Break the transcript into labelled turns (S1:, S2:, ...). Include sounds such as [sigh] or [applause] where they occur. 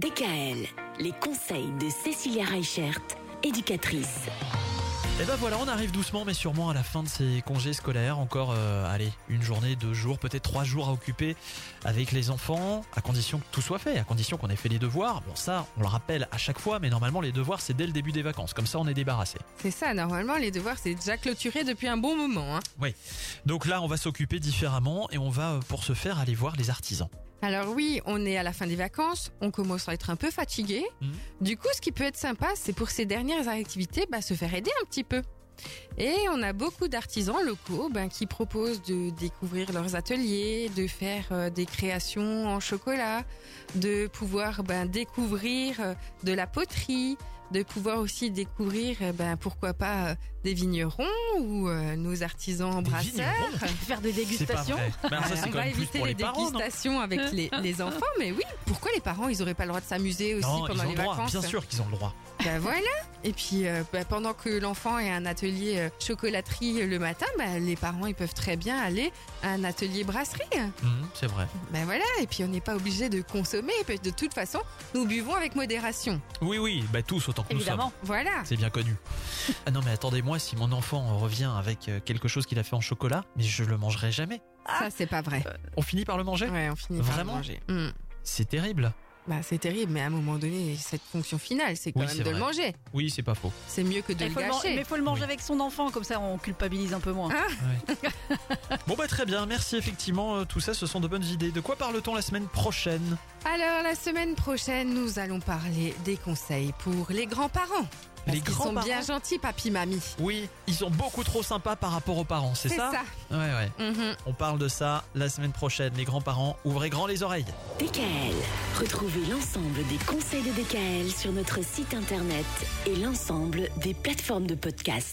S1: DKL, les conseils de Cécilia Reichert, éducatrice.
S2: Et ben voilà, on arrive doucement mais sûrement à la fin de ces congés scolaires. Encore, euh, allez, une journée, deux jours, peut-être trois jours à occuper avec les enfants, à condition que tout soit fait, à condition qu'on ait fait les devoirs. Bon, ça, on le rappelle à chaque fois, mais normalement, les devoirs, c'est dès le début des vacances. Comme ça, on est débarrassé.
S3: C'est ça, normalement, les devoirs, c'est déjà clôturé depuis un bon moment. hein.
S2: Oui. Donc là, on va s'occuper différemment et on va, euh, pour ce faire, aller voir les artisans.
S3: Alors oui, on est à la fin des vacances, on commence à être un peu fatigué.
S2: Mhm.
S3: Du coup, ce qui peut être sympa, c'est pour ces dernières activités, bah, se faire aider un petit peu. Et on a beaucoup d'artisans locaux ben, qui proposent de découvrir leurs ateliers, de faire euh, des créations en chocolat, de pouvoir ben, découvrir euh, de la poterie, de pouvoir aussi découvrir, euh, ben, pourquoi pas, euh, des vignerons ou euh, nos artisans
S2: Des
S3: brasseurs.
S2: vignerons
S4: Faire des
S2: C'est pas
S4: dégustations.
S2: vrai. Ben, ça, c'est
S3: on
S2: quand
S3: va
S2: même plus
S3: éviter
S2: pour
S3: les,
S2: les parents, non [laughs]
S3: dégustations avec les, les enfants, mais oui, pourquoi les parents, ils auraient pas le droit de s'amuser aussi
S2: Non, ils
S3: pendant
S2: ont
S3: les
S2: le droit,
S3: vacances
S2: bien sûr qu'ils ont le droit.
S3: Bah voilà. Et puis euh, bah, pendant que l'enfant est à un atelier euh, chocolaterie euh, le matin, bah, les parents ils peuvent très bien aller à un atelier brasserie.
S2: Mhm, c'est vrai.
S3: Bah voilà. Et puis on n'est pas obligé de consommer. Et puis, de toute façon, nous buvons avec modération.
S2: Oui, oui, bah tous autant que nous sommes.
S4: Évidemment.
S3: Voilà.
S2: C'est bien connu. Ah non, mais attendez-moi, si mon enfant revient avec euh, quelque chose qu'il a fait en chocolat, mais je le mangerai jamais.
S3: Ça c'est pas vrai.
S2: On finit par le manger
S3: Ouais, on finit par le
S2: Ah. Euh, Vraiment
S3: manger. Hmm.
S2: C'est terrible.
S3: Bah c'est terrible, mais à un moment donné, cette fonction finale, c'est quand
S2: Oui,
S3: même
S2: c'est
S3: de le
S2: vrai.
S3: manger.
S2: Oui, c'est pas faux.
S3: C'est mieux que de
S4: Il
S3: le
S4: faut le man-
S3: gâcher.
S4: mais faut le manger
S2: Oui.
S4: avec son enfant, comme ça on culpabilise un peu moins.
S2: Bon bah très bien, merci effectivement, euh, tout ça ce sont de bonnes idées. De quoi parle-t-on la semaine prochaine
S3: Alors la semaine prochaine, nous allons parler des conseils pour les grands-parents.
S2: Les
S3: Parce qu'ils sont
S2: grands-parents
S3: bien gentils, papy, mamie.
S2: Oui, ils sont beaucoup trop sympas par rapport aux parents, c'est ça Ouais ouais.
S3: Mhm.
S2: On parle de ça la semaine prochaine, les grands-parents, ouvrez grand les oreilles.
S1: DKL, retrouvez l'ensemble des conseils de DKL sur notre site internet et l'ensemble des plateformes de podcast.